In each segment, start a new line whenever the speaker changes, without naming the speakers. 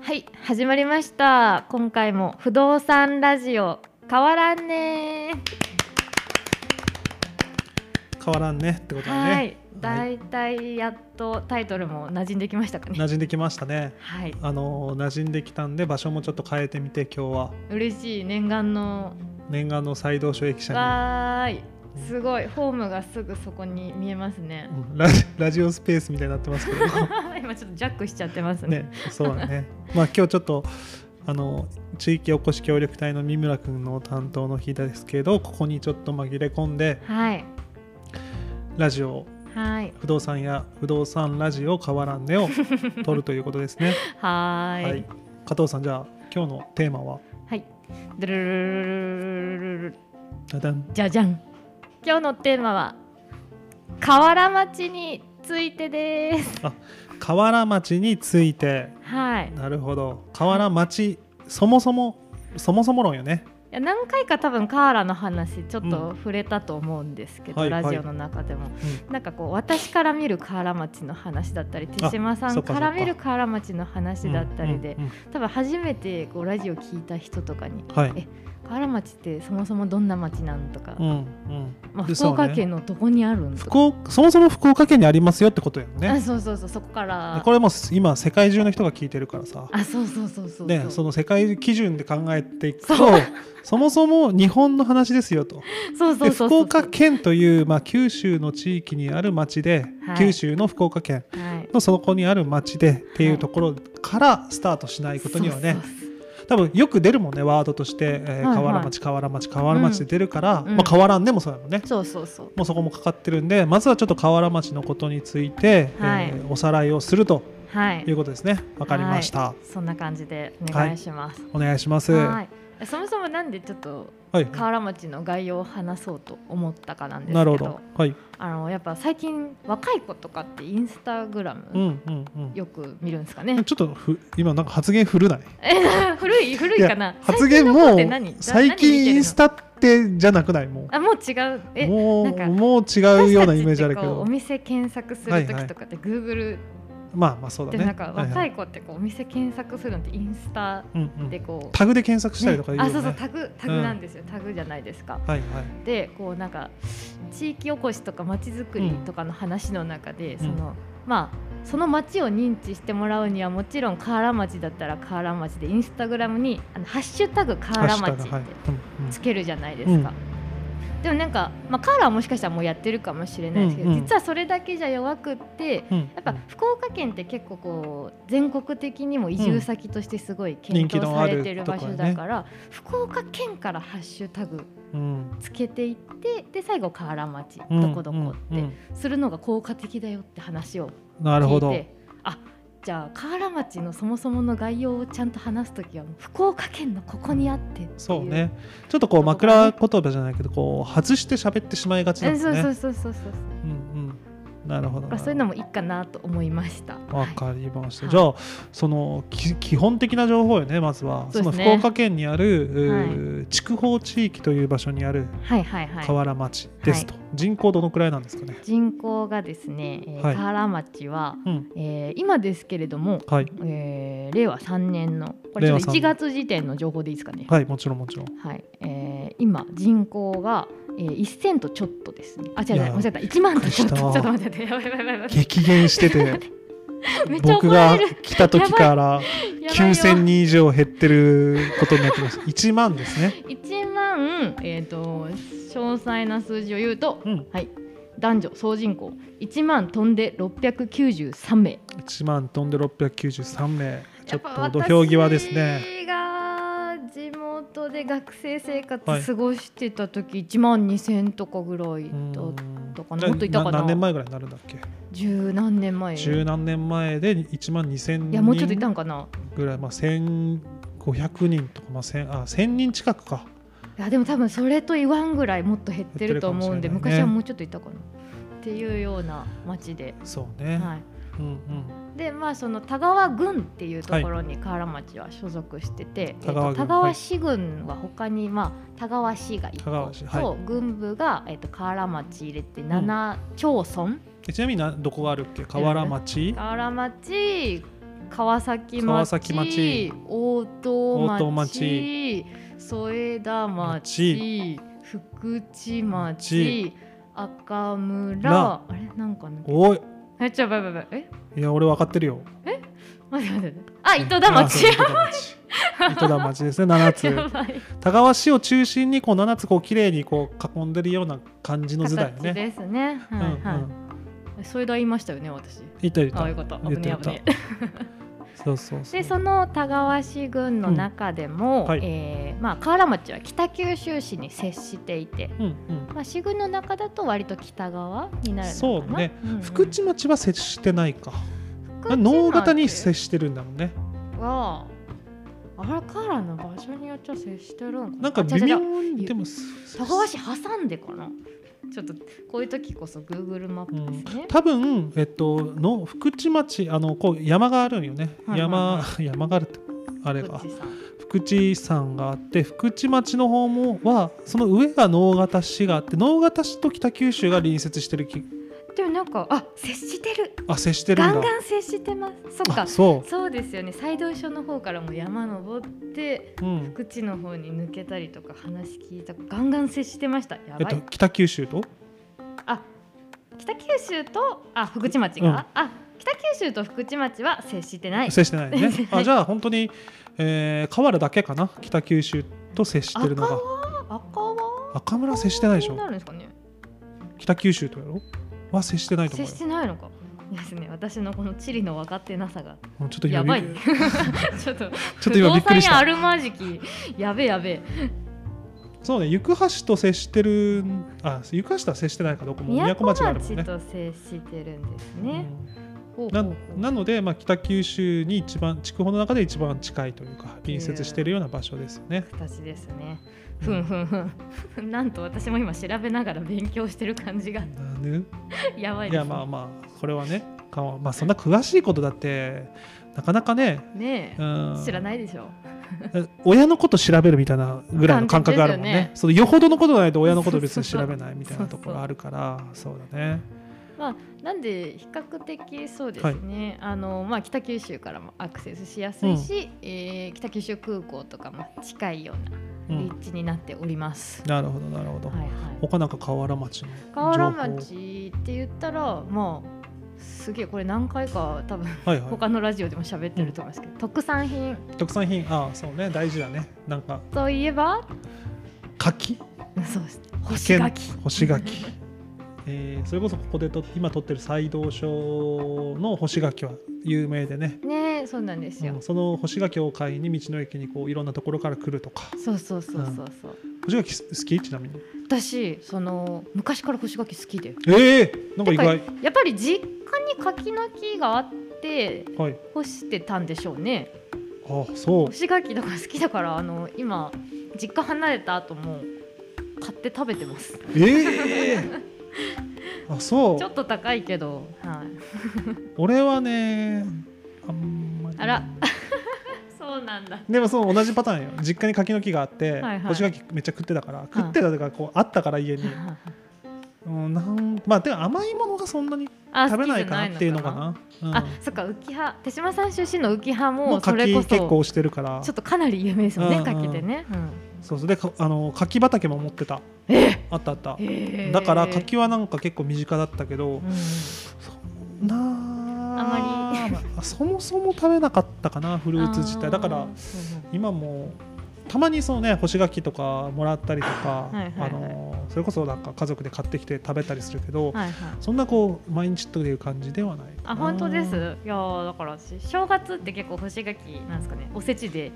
はい始まりました今回も不動産ラジオ変わらんね
変わらんねってことだ
は
ね
い、だいたいやっとタイトルも馴染んできましたかね
馴染んできましたね
はい
あの馴染んできたんで場所もちょっと変えてみて今日は
嬉しい念願の
念願の再道所駅舎に
わーいすごいホームがすぐそこに見えますね
うんラジラジオスペースみたいになってますけど
今ちょっとジャックしちゃってますね
ねそうだね まあ今日ちょっとあの地域おこし協力隊の三村君の担当の日ですけどここにちょっと紛れ込んで
はい
ラジオ
はい
不動産や不動産ラジオ変わらん ねを撮るということですね
はーい
はい加藤さんじゃあ今日のテーマは
はいドゥルルルルルルルルル
ダダン
じゃじゃん今日のテーマは河原町についてです
河原町について
はいい
なるほど河原町そもそもそもそも論よね
や何回か多分河原の話ちょっ
う
と触れたと思うんですけど、
はいはい
ラジオの中でも、なんかこう私から見る河原町の話だったり手島さ
そ
ん
っ
か
かそっから
見る河原町の話だったりで、
うんうん
多分初めてこうラジオ聞いた人とかに
うんはい
え河原町ってそもそもどんな町なんとか、
うんうん
まあ、
で
福岡県のどこにあるんと
そうね
か、
福岡そもそも福岡県にありますよってことやん
あ
ね
そうそうそうそこから
これもう今世界中の人が聞いてるからさ
あそうそうそうそう
ね、その世界基準で考えていくと
そう
そもそも日本の話ですよと
そうそうそうそう
で福岡県という、まあ、九州の地域にある町で、
はい
九州の福岡県
はい
のそこにある町でっていうところからスタートしないことにはね、
そうそうそう
多分よく出るもんねワードとして、
は
えー
いはい
河原町河原町河原町で出るから、
うんうん
まあ、河原んでもそうやもんね、
そうそうそう
もうそこもかかってるんでまずはちょっと河原町のことについて、
はい
えーおさらいをすると
はい
いうことですねわかりました、
はいそんな感じでお願いします
お願いします
は
はい
そもそもなんでちょっと
い
河原町の概要を話そうと思ったかなんですけど
なるほどはい
あのやっぱ最近若い子とかってインスタグラ
う
ム
んうんうん
よく見るんですかね、
ちょっとふ今なんか発言古ない
え古い古いかな
発言
最近の子
も
っ
う
て何
最近インスタってじゃなくないも
あもう違う
う
え
も
なんか
うもう違うようなイメージある
私たちっ
け
てこう
ど
お店検索する時とかって Google
まあまあそうだ
で
ね
なんか
は
若
はい
子ってこうお店検索するのってインスタ
うんう
で
ん、
こう、
タグで検索したりとかいうよ
あ
ね
そうそうタグタグなんですよ、タグじゃないですか。
はいはい
でこうなんか地域おこしとかまちづくりとかの話の中で、そのまあその町を認知してもらうにはもちろん河原町だったら河原町でインスタグラムにあのハッシュタグ河原町ってつけるじゃないですか。でもなんか、まあ、カーラはもしかしたらもうやってるかもしれないですけど、
うんうん
実はそれだけじゃ弱くって、
や
やっぱ福岡県って結構こう全国的にも移住先としてすごい検討されてる場所だから、福岡県からハッシュタグつけていってで最後河原町どこどこってするのが効果的だよって話を
なる
聞
ほ
いて、
ど
あじゃあ河原町のそもそもの概要をちゃんと話す時はもう福岡県のここにあってっていう
そうねちょっとこう枕言葉じゃないけどこう外して喋ってしまいがちだ
え
もん
そうそう
ね
そうそうそう
うんうんなるほど
まあ、そういうのもいいかなと思いました。
わかりまし
は
た
い
じゃあそのき基本的な情報よねまずは
そう
そ
で
の
す
福
ね
岡県にあるう筑豊地域という場所にある
はい、はい、はい、
河原町ですと人口どのくらいなんですかね
人口がですね、えー
はい
河原町は、
うん
えー今ですけれども、
はい
えー令和3年のこれちょっと1
令和
月時点の情報でいいですかね。
はいもちろんもちろん
はい、えー今人口が、えー、1000とちょっとですね。あ違う違う
いや
間違えた1万とちょっと
び
ちょっ
っくりした
と待ってやばいやばいやばい。
激減してて
めっちゃ
僕
怒ら
が
れる。
来た時から9000人以上減ってることになってます。1万ですね。
1万えっ、と詳細な数字を言うと、
うん、
はい男女総人口1万飛んで693名。
1万飛んで693名。ちょっ
やぱ
と土俵際ですね。
私が地元で学生生活
はい
過ごしてた時、1万2000とかぐらいだ
う
っ
ん
とかなもっといたかな
な何年前ぐらいになるんだっけ、
十何年前
十
い
何年前で1万2000
やもうちょっといた
人
んかな
ぐらい、まあ、1500人とか、まあ、1000, あ1000人近くか
いやでも多分それと言わんぐらいもっと減ってると思うんで、
減ってるかもしれない
昔
ね
はもうちょっといたかなっていうような町で、
そうね、
は
うんうん
い、でまあその田川郡っていうところに河原町は所属してて、えっと
田川郡
田川市郡は他に、まあ、田川市が1
田川市
個
はい
と、郡部が、えっと、河原町入れて7町村、
えちなみになどこがあるっけ河原町
河原町川崎町
川崎町
大東町
大東町
添田町福知町赤村
ら
あれなんかね
おい
えちょばいばいばいえ
いや俺分かってるよ
待って待って待ってあ糸田町
あそう糸田町糸田町ですね7
や
つ
ばい
田川市を中心にこう7つこう綺麗にこう囲んでるような感じの図だよ
形
ね
ですねはいはい、
うんうん
それで言いましたよね私
いたい
ああ
た
よかった
言
危
って
ね
た
え危ねえ
そうそうそう
でその田川市郡の中でも、
うんはい
えーまあ、河原町は北九州市に接していて、
うんうん
まあ、市郡の中だと割と北側になるのかな
そうね、
んん
福知町は接してないか
福
あ
知町
能型に接してるんだもんね
はあれ河原の場所によっちゃ接してるのかな
なんか
あ
微
違う違
妙
う
に
違う
でも
田川市挟んでかなちょっとこういう時こそ Google マッ
う
プ
ん
ですね、
多分、えっと、の福知町あのこう山があるんよね、
はいはい
山
は
山があるってあれ
福
が
知さん
福知山があって福知町の方もはその上が能形市があって能形市と北九州が隣接してるき
でもなんかあ接してる
あ接してるん
ガ
だ
ンガン接してますそっか
あそ
そうですよね西道所の方からも山登って
う、うん
福地の方に抜けたりとか話聞いたガンガン接してましたや
え
ば
っ
い、
と、北九州と
あ北九州とあ福地町が、
うん
あ北九州と福地町は接してない
接してな いね、
接してない
あじゃあ本当に、えー、河原だけかな北九州と接してるのが
あ赤は
赤村接してないでしょ
なるんですかね
北九州とやろは接してないと思
接して
うよ
ないのかですね私のこの地理の分かってなさが
うんちょっと今
やばい
び
ちょっと
ちょっと今びっくりし
不動産屋
た
あるまじきやべえやべえ
そうね、行橋と接してるん、あ、行橋とは接してないかどこも
宮
宮
古
古町があるもん
町
ね。
と接してるんですね、ほう
うんな
ほうほう
なので、まあ、北九州に一番筑豊の中で一番近いというか隣接しているような場所ですよね。
形ですね。
うん
ふんふんふん。 なんと私も今調べながら勉強してる感じが
なぬ
やばい
い
で
や
すね。
まあまあこれはねかまあそんな詳しいことだってなかなかね、
ね
う
え、
ん、
知らないでしょ。
え親のこと調べるみたいなぐらいの感覚あるもんね
感じですよね
そのよほどのことないと親のこと別に調べないみたいなところあるからそうだね。
なんで比較的そうですね。あのまあ北九州からもアクセスしやすいし、えー北九州空港とかも近いよう
う
な立
ん、
地になっております。
なるほどなるほど。
はいはい。
他なんか河原町の情報
河原町って言ったらもうすげえこれ何回か多分
はいはい
他のラジオでも喋ってると思いますけど、特産品
特産品ああそうね大事だねなんか
といえば
柿
そうです干し柿
干し柿えーそれこそここでと今撮ってる西道省の干し柿は有名でね、
ねえそうなんですよ、
うんその干し柿を買いに道の駅にこういろんなところから来るとか
そうそうそうそうそう、
干し柿好きちなみに
私その昔から干し柿好きで
ええなんか意外
やっぱり実家に柿の木があって
はい
干してたんでしょうね
あそう
干し柿とか好きだからあの今実家離れた後も買って食べてます
ええあそう
ちょっと高いけど、はい、
俺はねあんまり
あらそうなんだ
でもその同じパターンよ実家に柿の木があって、
はいはい
干し柿めっちゃ食ってたから食ってたというかこうあったから家に、うん、なんまあでも甘いものがそんなに
あ
食べないかなっていうの
好
かなう
きじ
ん
ゃいのかなあそっか浮羽手島さん出身の浮羽
も
も
う
それ
柿
こ
結
そ
構してるから
ちょっとかなり有名ですよね、
うんうん
柿でね、うん
そうそうでかあの柿畑も持ってたあったあった
へー
だから柿はなんか結構身近だったけど
う
そんな
あ
まりそもそも食べなかったかなフル
ん
ーツ自体だか
あ
ら
ーそう
今もたまにそのね干し柿とかもらったりとか
はいはいはい
あのそれこそなんか家族で買ってきて食べたりするけど、
そうはいはい
そんなこう毎日という感じではないかな
あ本当ですいやーだから私正月って結構干し柿なんですかねおせちで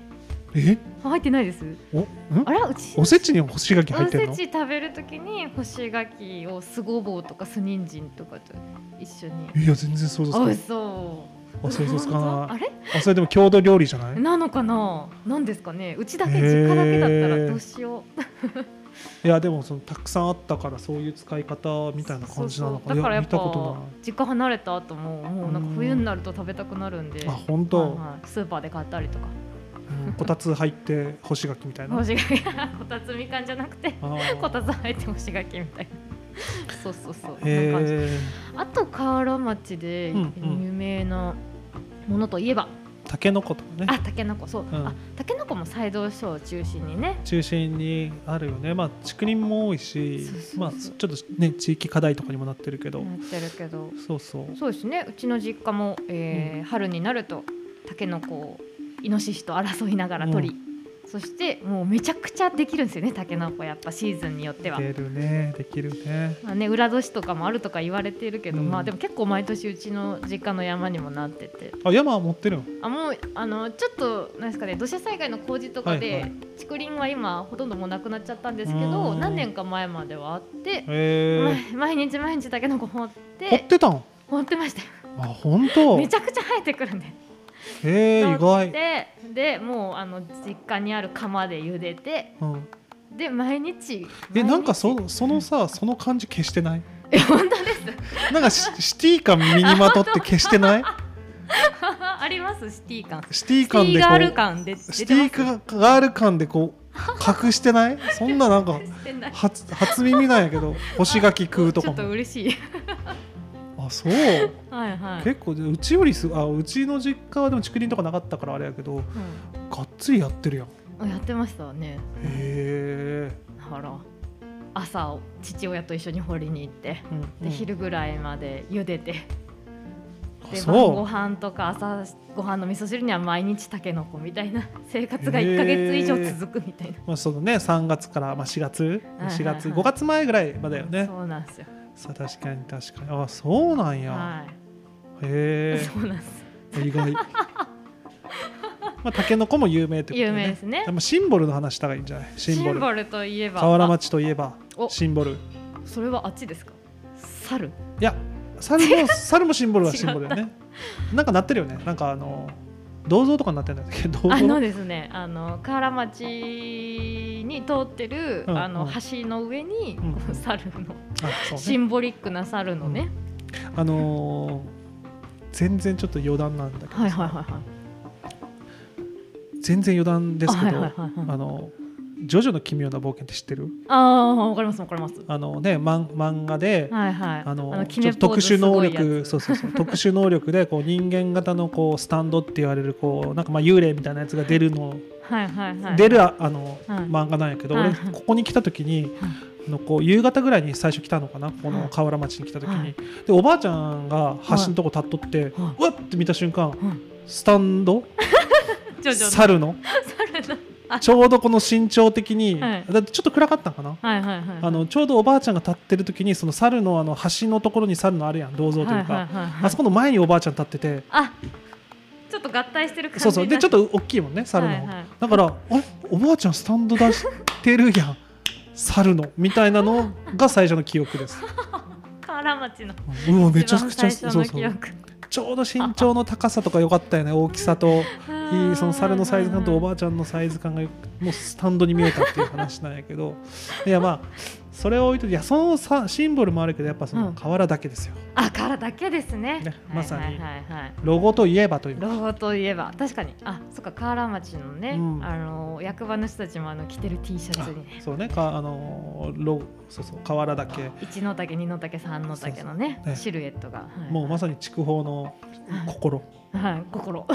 え
入ってないです
おん
あらうち
おせちに干し柿入
お
って
せ
るの
ち食べるときに干し柿をすごぼうとかすにんじんとかと一緒に
いや全然想像つか
あ
ない
そう
あそうそうつか
本
な
当あ
い
れ
あそれでも郷土料理じゃない
なのかななんですかねうちだけ実家だけだったらどうしよう
いやでもそのたくさんあったからそういう使い方みたいな感じな
そ
のか
うそうだ
な
からや
見
ったぱ
こ
実家離れた後ももうなんか冬になると食べたくなるんで
とないあ本当、
はいはいスーパーで買ったりとか
うんこたつ入って干し柿みたいな
干し柿こたつみかんじゃなくて
あー
こたつ入って干し柿みたいなそうそうそうそんな感じ
へ
あと河原町で
うんうん
有名なものといえば、
タケノコとかね
あ、タケノコ、そう、
うん
あ、タケノコも西道省を中心にね。
中心にあるよね、まあ、竹林も多いし
そうそうそう
まあ、ちょっと、ね、地域課題とかにもなってるけど、
なってるけど。
そうそう
そうですね。うちの実家も、えー春になるとタケノコをイノシシと争いながら取り、そしてもうめちゃくちゃできるんですよね。タケノコやっぱシーズンによっては。
できるねできるね
まあね、裏年とかもあるとか言われてるけど、
うん
まあでも結構毎年うちの実家の山にもなってて
あ山は持ってるの
あもうあのちょっとなんですかね土砂災害の工事とか
はいは
で
い
竹林は今ほとんどもうなくなっちゃったんですけ
う
ど
ん
何年か前まではあって、
え
ま毎日毎日タケノコ掘っ
ー、掘っててたん
掘ってましたよ
あ本当
めちゃくちゃ生えてくるんで
えー、意外、
ででもうあの実家にある釜で茹でて
うん、
で毎日毎
え
日
なんかそそのさその感じ消してない
え本当です
なんかシシティ感身にまとって消し てない
ありますシティ感
シティ
シテ
感
ィ
で
ガール
こ
感で
うシティガール感でこう隠してないそんななんか
してない
初初耳なんやけど干し柿食うとか
ちょっと
も
嬉しい
あそう
はいはい、
結構うちよりすあうちの実家はでも竹林とかなかったからあれやけどがっつりやってるやんへ
うん、やってましたね
え、
だから朝を父親と一緒に掘りに行って
うん
で、
うん
昼ぐらいまで茹でて
あ
で晩ご
そう
飯とか朝ご飯の味噌汁には毎日たけのこみたいな生活が1か月以上続くみたいな、
まあそのね3月から、まあ、4月
いはい
4月5月前ぐらいまでよね
そうなんですよ
さ確かに確かにあそうなんや、
は
へ
い、
え
そうなんです
意外まあタケノコも有名ってことね
有名ですね
でもシンボルの話した方がいいんじゃないシ
シ
ンボル
ンボルといえば
河原町といえば
お
シンボルい
あそれはあっちですか猿
や猿 も猿もシンボルはシンボルよねなんかなってるよねなんかあの銅像とかになってるんだっけど銅
あの
像
ですね、あの河原町に通ってる、
うん
あの
うん
橋の上に、
うん
こう猿の、
あそう
シ
ね
ンボリックな猿のね、
あのー全然ちょっと余談なんだけどさ、
はいはいはいはい。
全然余談ですけど、
あはいはいはいは
あ
い。
のジョジョの奇妙な冒険って知ってる
ああーわかりますわかります。
あのねマン漫画で、
はいはい。
あの
決
ちょ
め
っと特殊能力
ポー
そ
ズ
う
す
そうそう特殊能力でこう人間型のこうスタンドって言われるこうなんかまあ幽霊みたいなやつが出るの、
ごいやつはいはいはい。
出るああの、
はい
漫画なんやけど、
はい
俺ここに来た時に、あのこう夕方ぐらいに最初来たのかなこの河原町に来た時に、
はい
でおばあちゃんが橋のとこ立っとって、うわっって見た瞬間、
い
スタンド
ジョジョの
猿の
猿の。
ちょうどこの身長的に、
はい
だってちょっと暗かったのかな、
はいはいはい。
あのちょうどおばあちゃんが立ってる時にその猿のあの橋のところに猿のあるやん銅像というか、
はいはいはいはい
あそこの前におばあちゃん立ってて
あちょっと合体してる感じ。
そうそうでちょっ
と
と大きいもんね猿の、
はいはい
だからあれおばあちゃんスタンド出してるやん猿のみたいなのが最初の記 憶です
河原町の。
うわめちゃくちゃ
一番最
そう
初
そ
の記
う
憶。
ちょうど身長の高さとか良かったよね大きさ といいその猿のサイズ感とおばあちゃんのサイズ感がよくもうスタンドに見えたっていう話なんやけど いやまあそれを置いといていやそのさシンボルもあるけどやっぱその瓦だけですよ、
あからだけですね。
ねまさに
はいはいはいはい。
ロゴといえばという
老後といえば確かにあそっか河原町のね、
うん
あの役場の人たちもあの着てる T シャツにね
そうねかあのーロそうそう瓦だけ
一の丈二の丈三の丈のね
そうそうね
シルエットが、はい
もうまさに筑豊の心、
はい、心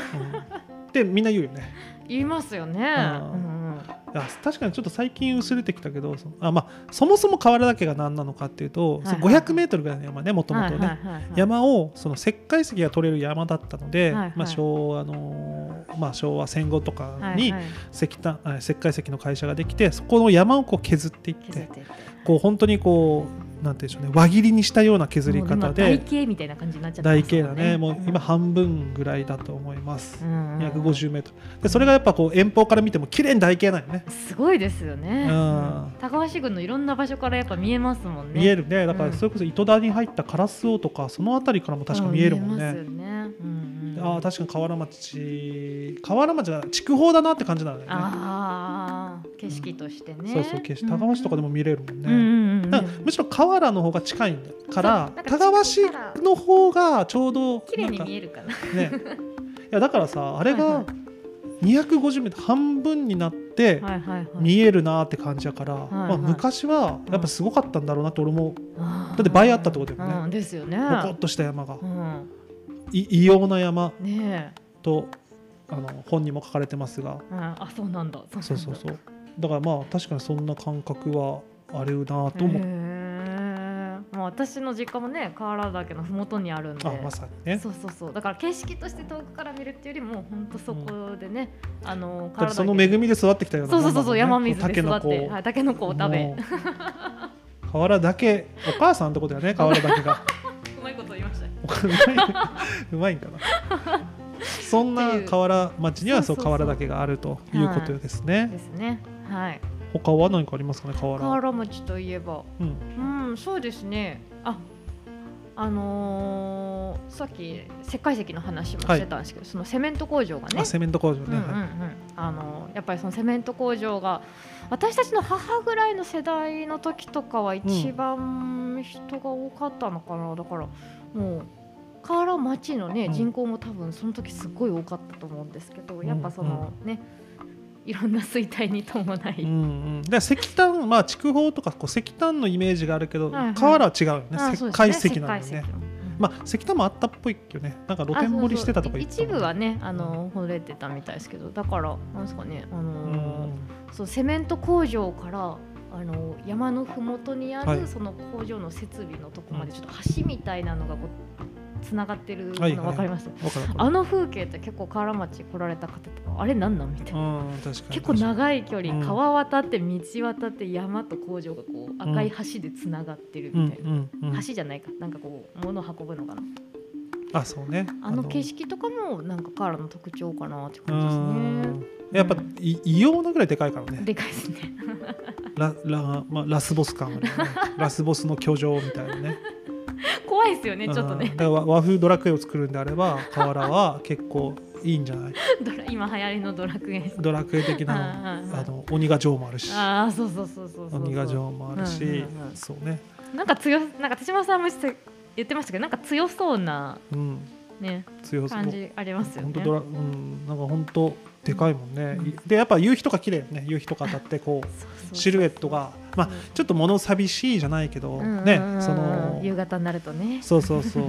うんでみんな言うよね
言いますよね、
あー
うんうん
あ確かにちょっと最近薄れてきたけどそのあ、まあ、そもそも河原岳が何なのかっていうと、
はいはい
5 0 0ルぐらいの山ねもともとね、
はいはいはいはい
山をその石灰石が取れる山だったの
は
で、
いはい
まあ、昭和の、まあ、昭和戦後とか
はい
に
はい
石炭、あ石灰石の会社ができてそこの山をこう削っていって
削っていって
こう本当にこうなんていうんでしょうね輪切りにしたような削り
もう今
方
台
で
形みたいな感じになっちゃってま
台
すも
形
ん
だねもう今、半分ぐらいだと思います。
うん
2 5 0ルでそれがやっぱこう遠方から見ても綺麗に台形なんよね
すごいですよね、
うん
高橋郡のいろんな場所からやっぱ見えますもんね
見え
る
るねだから
うん
それこそ糸田に入ったカラスオとかその辺りからも確か見えるも
見
ん
え
ね
ますよね、うんうん、
ああ確かに河原町河原町が筑豊だなって感じなんだよね
あー景色としてね、
そうそう決して高橋とかでも見れるもん
うん
ね、
うんうんうん
だからむしろ河原の方が近いんだから
そうなんか
香川市の方がちょうど
綺麗に見えるかな。
なんかねいやだからさあれ
はいは
が
い
250m 半分になって
はいはいはい。
見えるなーって感じやから、
い
まあ、昔はやっぱすごかったんだろうなって俺も
だ
って倍あったってことだよね
うん、ですよね。
ボコッとした山が
うん、
い異様な山
ね
とああの本にも書かれてますが
ああそうなんだ
そうそうそうだからまあ確かにそんな感覚はあれうなと思っ
へ
て
ーまあ、私の実家もね河原岳の麓にあるんで
あまさにね
そうそうそうだから景色として遠くから見るっていうよりも本当そこでね、あの
だってその
体
恵みで育ってきたような
そうそうそうそう山
もんだ
水で育
もんね
ってはい、タケノコを食べ
もう河原だけお母さんってことやね河原だけが
うまいこと言いま したね
うまいんかなそん
って
な
いう
河原町にはそう
そうそうそう
河原だけがあるということです
で
ね
すねはい
他は何かありますかね河
河
原
原町といえば
うん
うんそうですねああのーさっき石灰石の話もしてたんですけど、そのセメント工場がね
あセメント工場
うん
ね
うんう
はい
んあのやっぱりそのセメント工場が私たちの母ぐらいの世代の時とかは一番人が多かったのかな、だからもう河原町のね
うん
人口も多分その時すごい多かったと思うんですけど、
ん
やっぱそのねいろんな衰退に伴い、
うんうん、で石炭、まあ、筑豊とかこう石炭のイメージがあるけど、
はいはい
河原は違うよね
あそ
石
うです
灰
ね
石なんだよ
石
ね
灰石
まあ石炭もあったっぽいよねなんか露天掘りしてたとか
あ
言
そう
って
そう
た
一
もん
部はねあの掘れてたみたいですけどだからなんですかねあ
う
の
んう
ー
ん
そうセメント工場からあの山のふもとにある、
はい
その工場の設備のとこまで
う
ちょっと橋みたいなのがこうつながってるの
はいはい
分かります、
わかるわか
あの風景って結構河原町来られた方とかあれなんなんみたい
る
な、
うん確かに
結構長い距離、
うん
川渡って道渡って山と工場がこう赤い橋でつながってるみたいな、
うんうんうん、
橋じゃないかなんかこう物運ぶのかな
あそうね
あの景色とかもなんか河原の特徴かなって
う
感じですね
んやっぱ
うん
い異様なぐらいでかいからね
でかいですね
ララ,、まあ、ラスボス感あるよねラスボスの居城みたいなね
怖いですよねちょっと
うん
ね
だから和和風ドラクエを作るんであれば河原は結構いいんじゃない
ドラ今流行りのドラクエ
ドラクエ的な
あああ
あの鬼が城もあるし
ああそうそうそうそうそう
鬼が城もあるし、
うんうんうん
そうね、
なんか強なんか手島さんもして言ってましたけどなんか強そうな
うん、
ね
強そう
感じありますよ
本当
ね
ドラ、うん、なんか本当でかいもんね、
うん
でやっぱ夕日とか綺麗よね夕日とか当たってこう
そうそうそう
シルエットがまあ
うん
ちょっと物寂しいじゃないけど、
うんうんうん
ねその
夕方になるとね
そうそうそう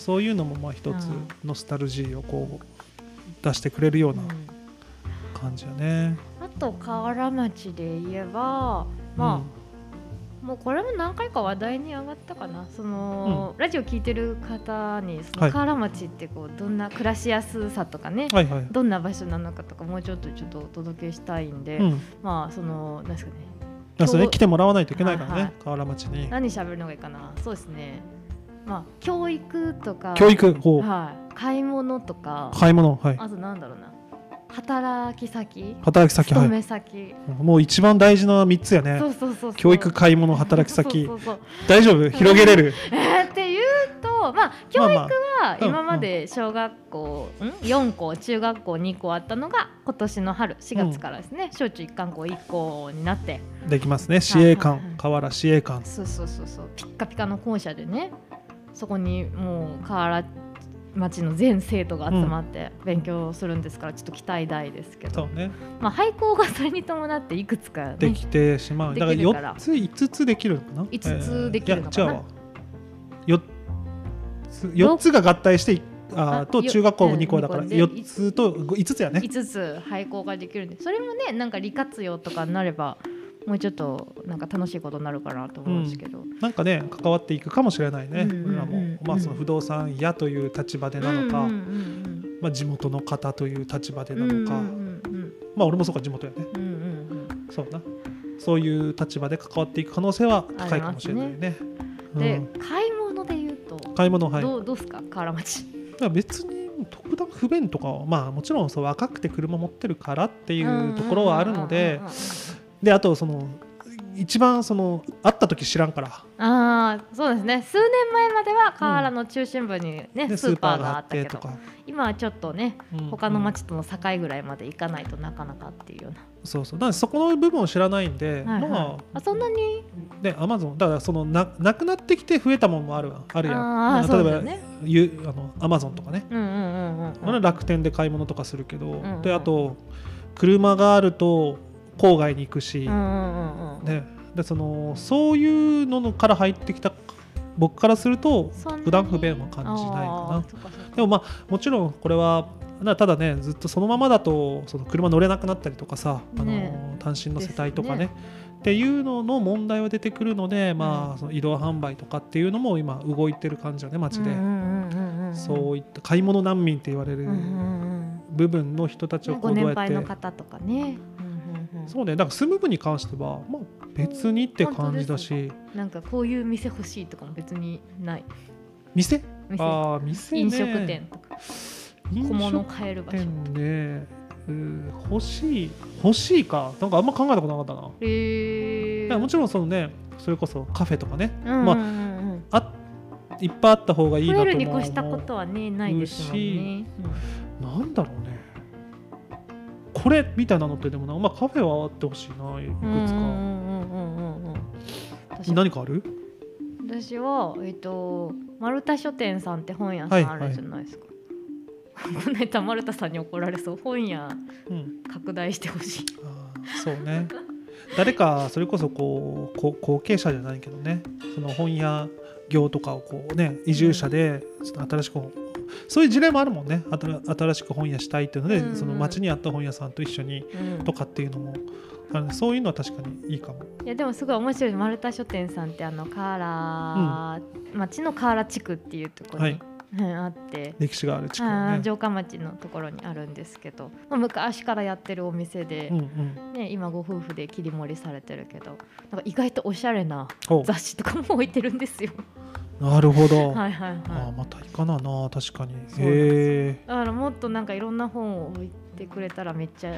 そういうのもまあ一つ
うん
ノスタルジーをこう出してくれるような
うん
感じやね。
あと河原町で言えばまあもうこれも何回か話題に上がったかなそのラジオ聞いてる方にそ
は
の河
い
原町ってこうどんな暮らしやすさとかね
うん、はいはい。
どんな場所なのかとかもうちょっとちょっとお届けしたいんで、
うん、
まあそのなんですかね
だからそれ来てもらわないといけないから
はいは
ね
い
河原町に。
何喋るのがいいかなそうですねまあ教育とか
教育ほう
はい買い物とか、
買い物はい
あとなんだろうな働き先
働き先は
勤
い
め先、
もう一番大事な三つやね
そうそうそうそう
教育買い物働き先
そうそうそう
大丈夫広げれる
えーっていうとまあ教育
まあま
は
うん
今まで小学校、ん4校中学校2校あったのが今年の春4月からですね、小中一貫校1校になって
あできますね市
は
営
いはいは
官
い
河原市営官
そうそうそうそうピッカピカの校舎でねそこにもう河原町の全生徒が集まって勉強するんですから、ちょっと期待大ですけ
そ
ど、
うね
まあ、廃校がそれに伴っていくつか、ね、
できてしまう
で
だから
きるから
4つ5つできるのかな
五つできるのかな
えーいや違うわ四つ4つが合体してあー
あ
と
よ
中学校も2校だから
うん二校で
4つと5つやね
5つ廃校ができるんでそれもねなんか利活用とかになればもうちょっとなんか楽しいことになるかなと思うんですけど、
なんかね関わっていくかもしれないね
うんうんうん
俺らもまあその不動産屋という立場でなの
うん
か
うん
まあ地元の方という立場で
うんう
なんのか
うんうん
まあ俺もそうか地元やね
うんうんうんうん
そうなそういう立場で関わっていく可能性は高いかもしれないね。
うんで、
うん
買い物で言うと、
買い物はい。
どうどうすか河原町
だから別に特段不便とかはまあもちろんそう若くて車持ってるからって
て
いうところはあるのでであとその一番その会った時知らんから
ああそうですね数年前までは河原の中心部にね、
で
スーパーがあったけど
か
今はちょっとね
うん
他の
うん
町との境ぐらいまで行かないとなかなかっていうような、
そうそうだからそこの部分を知らないんで
はいはい
ま
あそんなに
あねアマゾンだからそのななくなってきて増えたもんもあるわあるやん
あ
なん
あ
か
そうです
例えば
よね
ゆあのアマゾンとかね
うんうんうんうん、
まあ楽天で買い物とかするけど、
んうん
であと車があると郊外に行くし、
うんうんうんうん
ね、でそのそういうのから入ってきた僕からすると
そんなに
普段不便は感じないか
あ
な
ーそっそっ
でもまあもちろんこれはなただねずっとそのままだとその車乗れなくなったりとかさ、あ
ね
の単身の世帯とかね
で
っていうのの問題は出てくるので、まあ、その移動販売とかっていうのも今動いてる感じよね街で、
うんうんうんうんうん
そういった買い物難民って言われる
うんうん
部分の人たち
う
を
ん。
こ
ご
うどう
年
やっ
配の
て
方とかね。うんうんうん
そうねだから住む部に関しては、まあ、別にって感じだし
なんかこういう店欲しいとかも別にない。
店
店
あー店、ね、
飲食店とか
飲
小
食
物買える場所。
店ねうん欲しい欲しいかなんかあんま考えたことなかったな、
へ
いやも
ー
ちろんそのねそれこそカフェとかね、
うんうんう
ま
んうん。
ああいっぱいあった方がいい
増
なと
え
も
るに
思う
越したことはねないですもんね。
なんだろうねこれみたいなのってでもな、まあ、カフェはあってほしいないく
うん
つか、
うんうんうんうんうん私
何かある
私はえっ、と丸太書店さんって本屋さんあるじゃないですか。 この間丸太さんに怒られそう本屋
うん
拡大してほしい。
あーそうね誰かそれこそこうこう後継者じゃないけどねその本屋業とかをこうね移住者でちょっと新しくそういう事例もあるもんねあたら新しく本屋したいっていうので、
うんうん
その町にあった本屋さんと一緒に
うん
とかっていうのもあのそういうのは確かにいいかも。
いやでもすごい面白い丸太書店さんってあのカーラー町のカーラ地区っていうところに、うんあって。
歴史がある地区
あ
の
ー
ね。
城下町のところにあるんですけど、まあ、昔からやってるお店で、
うんうん。
ね、今ご夫婦で切り盛りされてるけどなんか意外とおしゃれな
ほ
雑誌とかも置いてるんですよ。
うなるほど。
はいはい
ああ
は
また行かなな確かに。
そうなん
へ
い、だからもっとなんかいろんな本を置いてくれたらめっちゃ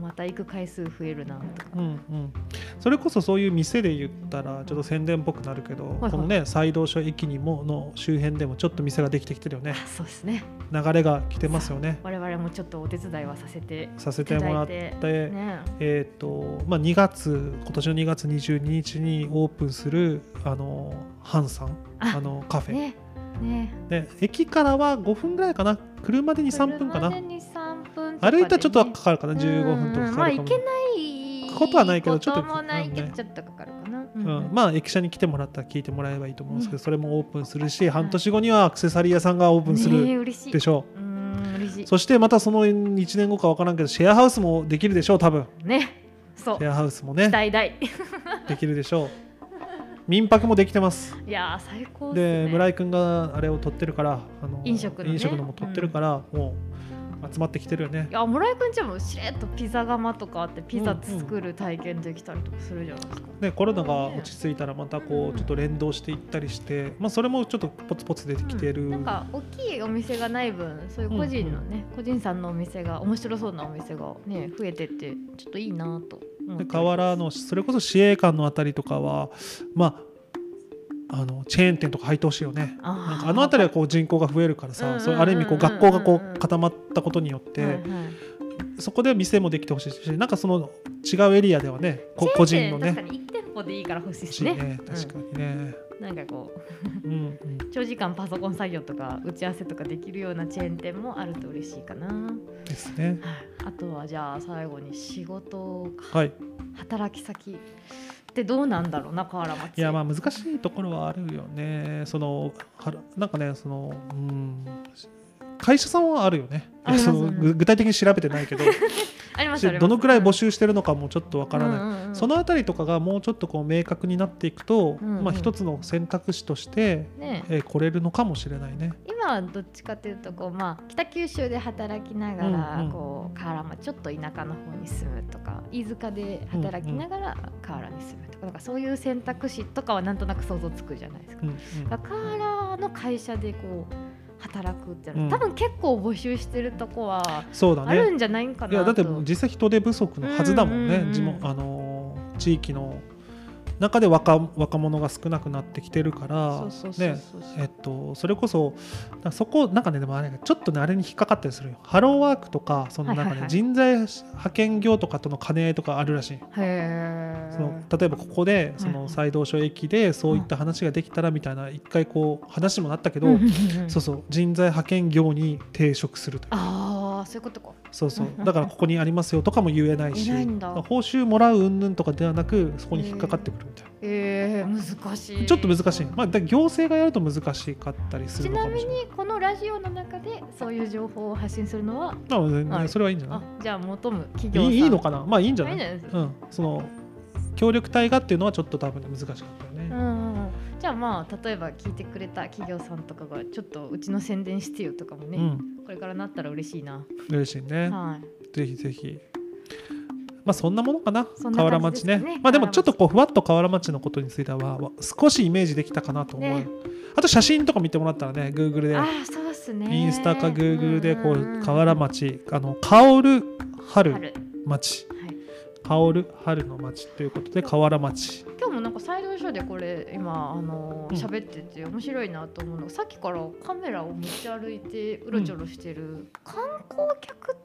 また行く回数増えるなとか。
え。うんうん。それこそそういう店で言ったらちょっと宣伝っぽくなるけど、
はい
このね西道所駅にもの周辺でもちょっと店ができてきてるよね。
そうですね
流れが来てますよね。
我々もちょっとお手伝いはさせて
させてもらっ
い
て
た。ね
えーとまあ、2月今年の2月22日にオープンするあのハンさん
あ
あのカフェ、
ねね
ね、駅からは5分ぐらいかな車で23分かな
車で2 3分とかで
歩
ね
いたらちょっとはかかるかな15分と
うんうん
かか
まあ
かる
行
かも、
けない
ことはないけどちょっと
こともないけ
う
ど
んね
ちょっとかかるかな、う
うんまあ駅舎に来てもらったら聞いてもらえばいいと思うんですけど、それもオープンするし、
い
半年後にはアクセサリー屋さんがオープンす
ねえ
る
嬉しい
でしょ
うーん嬉し
う、
い
そしてまたその1年後か分からんけどシェアハウスもできるでしょう多分
ねそう
シェアハウスも
期
ね
待大
できるでしょう民泊もできてます
いやー最高ですね
で村井君があれを取ってるからあの
飲食のね
も取ってるから、もう集まってきてるよね
いや村井くんちもしれっとピザ窯とかあってピザ作る体験できたりとかするじゃないですか、
でコロナが落ち着いたらまた
うん
こうちょっと連動していったりして、まあ、それもちょっとポツポツ出てきてる、
うんなんか大きいお店がない分そういう個人のね、個人さんのお店が面白そうなお店がね増えてってちょっといいなと思って
で河原のそれこそ市営館のあたりとかはまああのチェーン店とか入ってほしいよね
あー
なんかあの辺りはこう人口が増えるか
うんう
ら
ん
さ
うん
そうある意味こう学校がこ
うんうん
う固まったことによって、
はいはい
そこで店もできてほしいしなんかその違うエリアではねこ個人の
チェーン店
ね
確かに一店舗でいいから欲しいです
欲しい
ね
ね確かにね、
うんなんかこう
うんうん
長時間パソコン作業とか打ち合わせとかできるようなチェーン店もあると嬉しいかな、はい、
ですね。
あとはじゃあ最後に仕事か、
はい、
働き先ってどうなんだろうな河原町
いやまあ難しいところはあるよね。そのはらなんかねそのうん会社さんはあるよね。
あります
そ
よ
の
ね
ぐ具体的に調べてないけど、
ありますあります
どのくらい募集してるのかもちょっとわからない。
うんうんうん
そのあたりとかがもうちょっとこう明確になっていくと、
うんうん
まあ一つの選択肢として、
ね
えー来れるのかもしれないね。
今はどっちかというとこう、まあ、北九州で働きながら、
うんうん
こう河原町ちょっと田舎の方に住むとか飯塚で働きながら河原に住むとか,、なんかそういう選択肢とかはなんとなく想像つくじゃないですか。
うんうん
だから河原の会社でこう働くっていうの
うん
は、多分結構募集してるとこは
そうだ
ある
ね。
んじゃないんか
い
な
やだって
と。
実際人手不足のはずだもんね、
うんうんうん
地元あのー地域の中で若若者が少なくなってきてるから
そうそうそう
ね
そう
えっと、それこそだからそこなんかねでもあれちょっとねあれに引っかかったりするよハローワークとかそのなんか、ね
はいはいはい
人材派遣業とかとの兼ね合いとかあるらしい
へ
その例えばここでそ
はいは
の
い
西道所駅でそういった話ができたらみたいな一回こう話もなったけど、
え
そうそう人材派遣業に抵触すると
あああそういうことか
そうそう
うんうんうん
だからここにありますよとかも言えないし
言えないんだ
報酬もらう云々とかではなくそこに引っかかってくるみたいな、
えー、難しい
ちょっと難しい、まあ、だ行政がやると難しかったりす
ち
るの
な
かも
み
しれない
にこのラジオの中でそういう情報を発信するのは
まあ全然
はい
それはいいんじゃ
あ
な
じゃあ求む企
い
業さん
いいいのかなまあいいんじゃない
いいんじゃないです
うん、その協力隊がっていうのはちょっと多分難しかったよ
う
ね、
んうんうんじゃあまあ例えば聞いてくれた企業さんとかがちょっとうちの宣伝してよとかも
う
ね、
ん
これからなったら嬉しいな、
嬉しいね、
はい
ぜひぜひまあそんなものかな
そんな
河原
感じ
町
で
ね
すね
まあでもちょっとこうふわっと河原町のことについてはわ少しイメージできたかなと思う、
ね
あと写真とか見てもらったらね Google で
ああそうっすね
インスタか Google でこ
んん
うん河原町あの香る春
春
町
はい
香る春の町ということで河原町
今日もなんかサイドショーでこれ今あのー
うん
喋ってて面白いなと思うのがさっきからカメラを持ち歩いてうろちょろしてる、観光客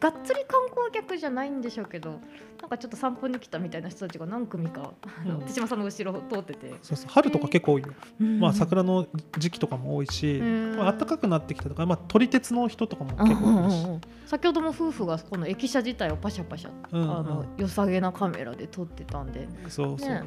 がっつり観光客じゃないんでしょうけどなんかちょっと散歩に来たみたいな人たちが何組か、あの
うん
手島さんの後ろを通ってて、
そうそう春とか結構多いよ、まあ、
桜
桜の時期とかも多いし、
うん
まあ暖かくなってきたとか、まあ、撮り鉄の人とかも
うん
結
うん
構
う
多いし、
ん先ほども夫婦がこの駅舎自体をパシャパシャ、
うんうん
あの良さげなカメラで撮ってたんで
そうそう、
ね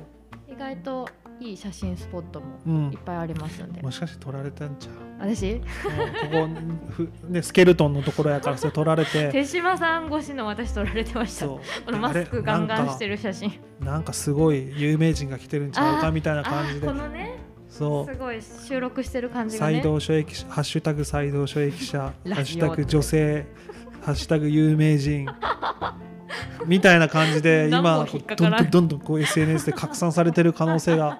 意外といい写真スポットも
うん
いっぱいありますんで、
もしかして撮られたんちゃう
私
うんここふ、ね、スケルトンのところやからそれ撮られ て
手島さん越しの私撮られてました
そう
このマスクガンガンしてる写真
あれなんかなんかすごい有名人が来てるんちゃう
あ
か
ー
みたいな
あ
感じ
ー
で
このね
そ
すごい収録してる感
う
じが
斎
ね
藤所駅舎「ハッシュタグ斎藤所駅舎」「ハ
ラ
ッシ
ジ
ュ
オ
タグ女性」「ハッシュタグ有名人」みたいな感じで
何
今
本引っか
ど
か
ん
ら
ど
ん
んどんどんこう SNS で拡散されてる可能性が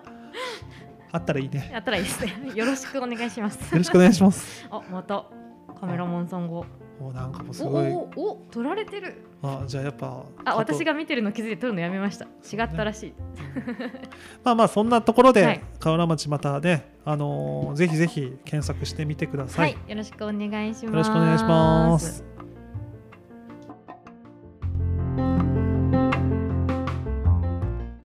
あったらいいね。
やったらいいですねよろしくお願いします
よろしくお願いします。
あまたカメラマンさんが
もうなんかもうす
お
ごい。
おおお撮られてる
あじゃあやっぱ
あ私
が
が見てるの気づいて撮るのやめました違ったらしい
まあまあそんなところで、
はい
河原町またねあのーぜひぜひ検索してみてくださ。
はいい、よろしくお願いします
よろしくお願いします。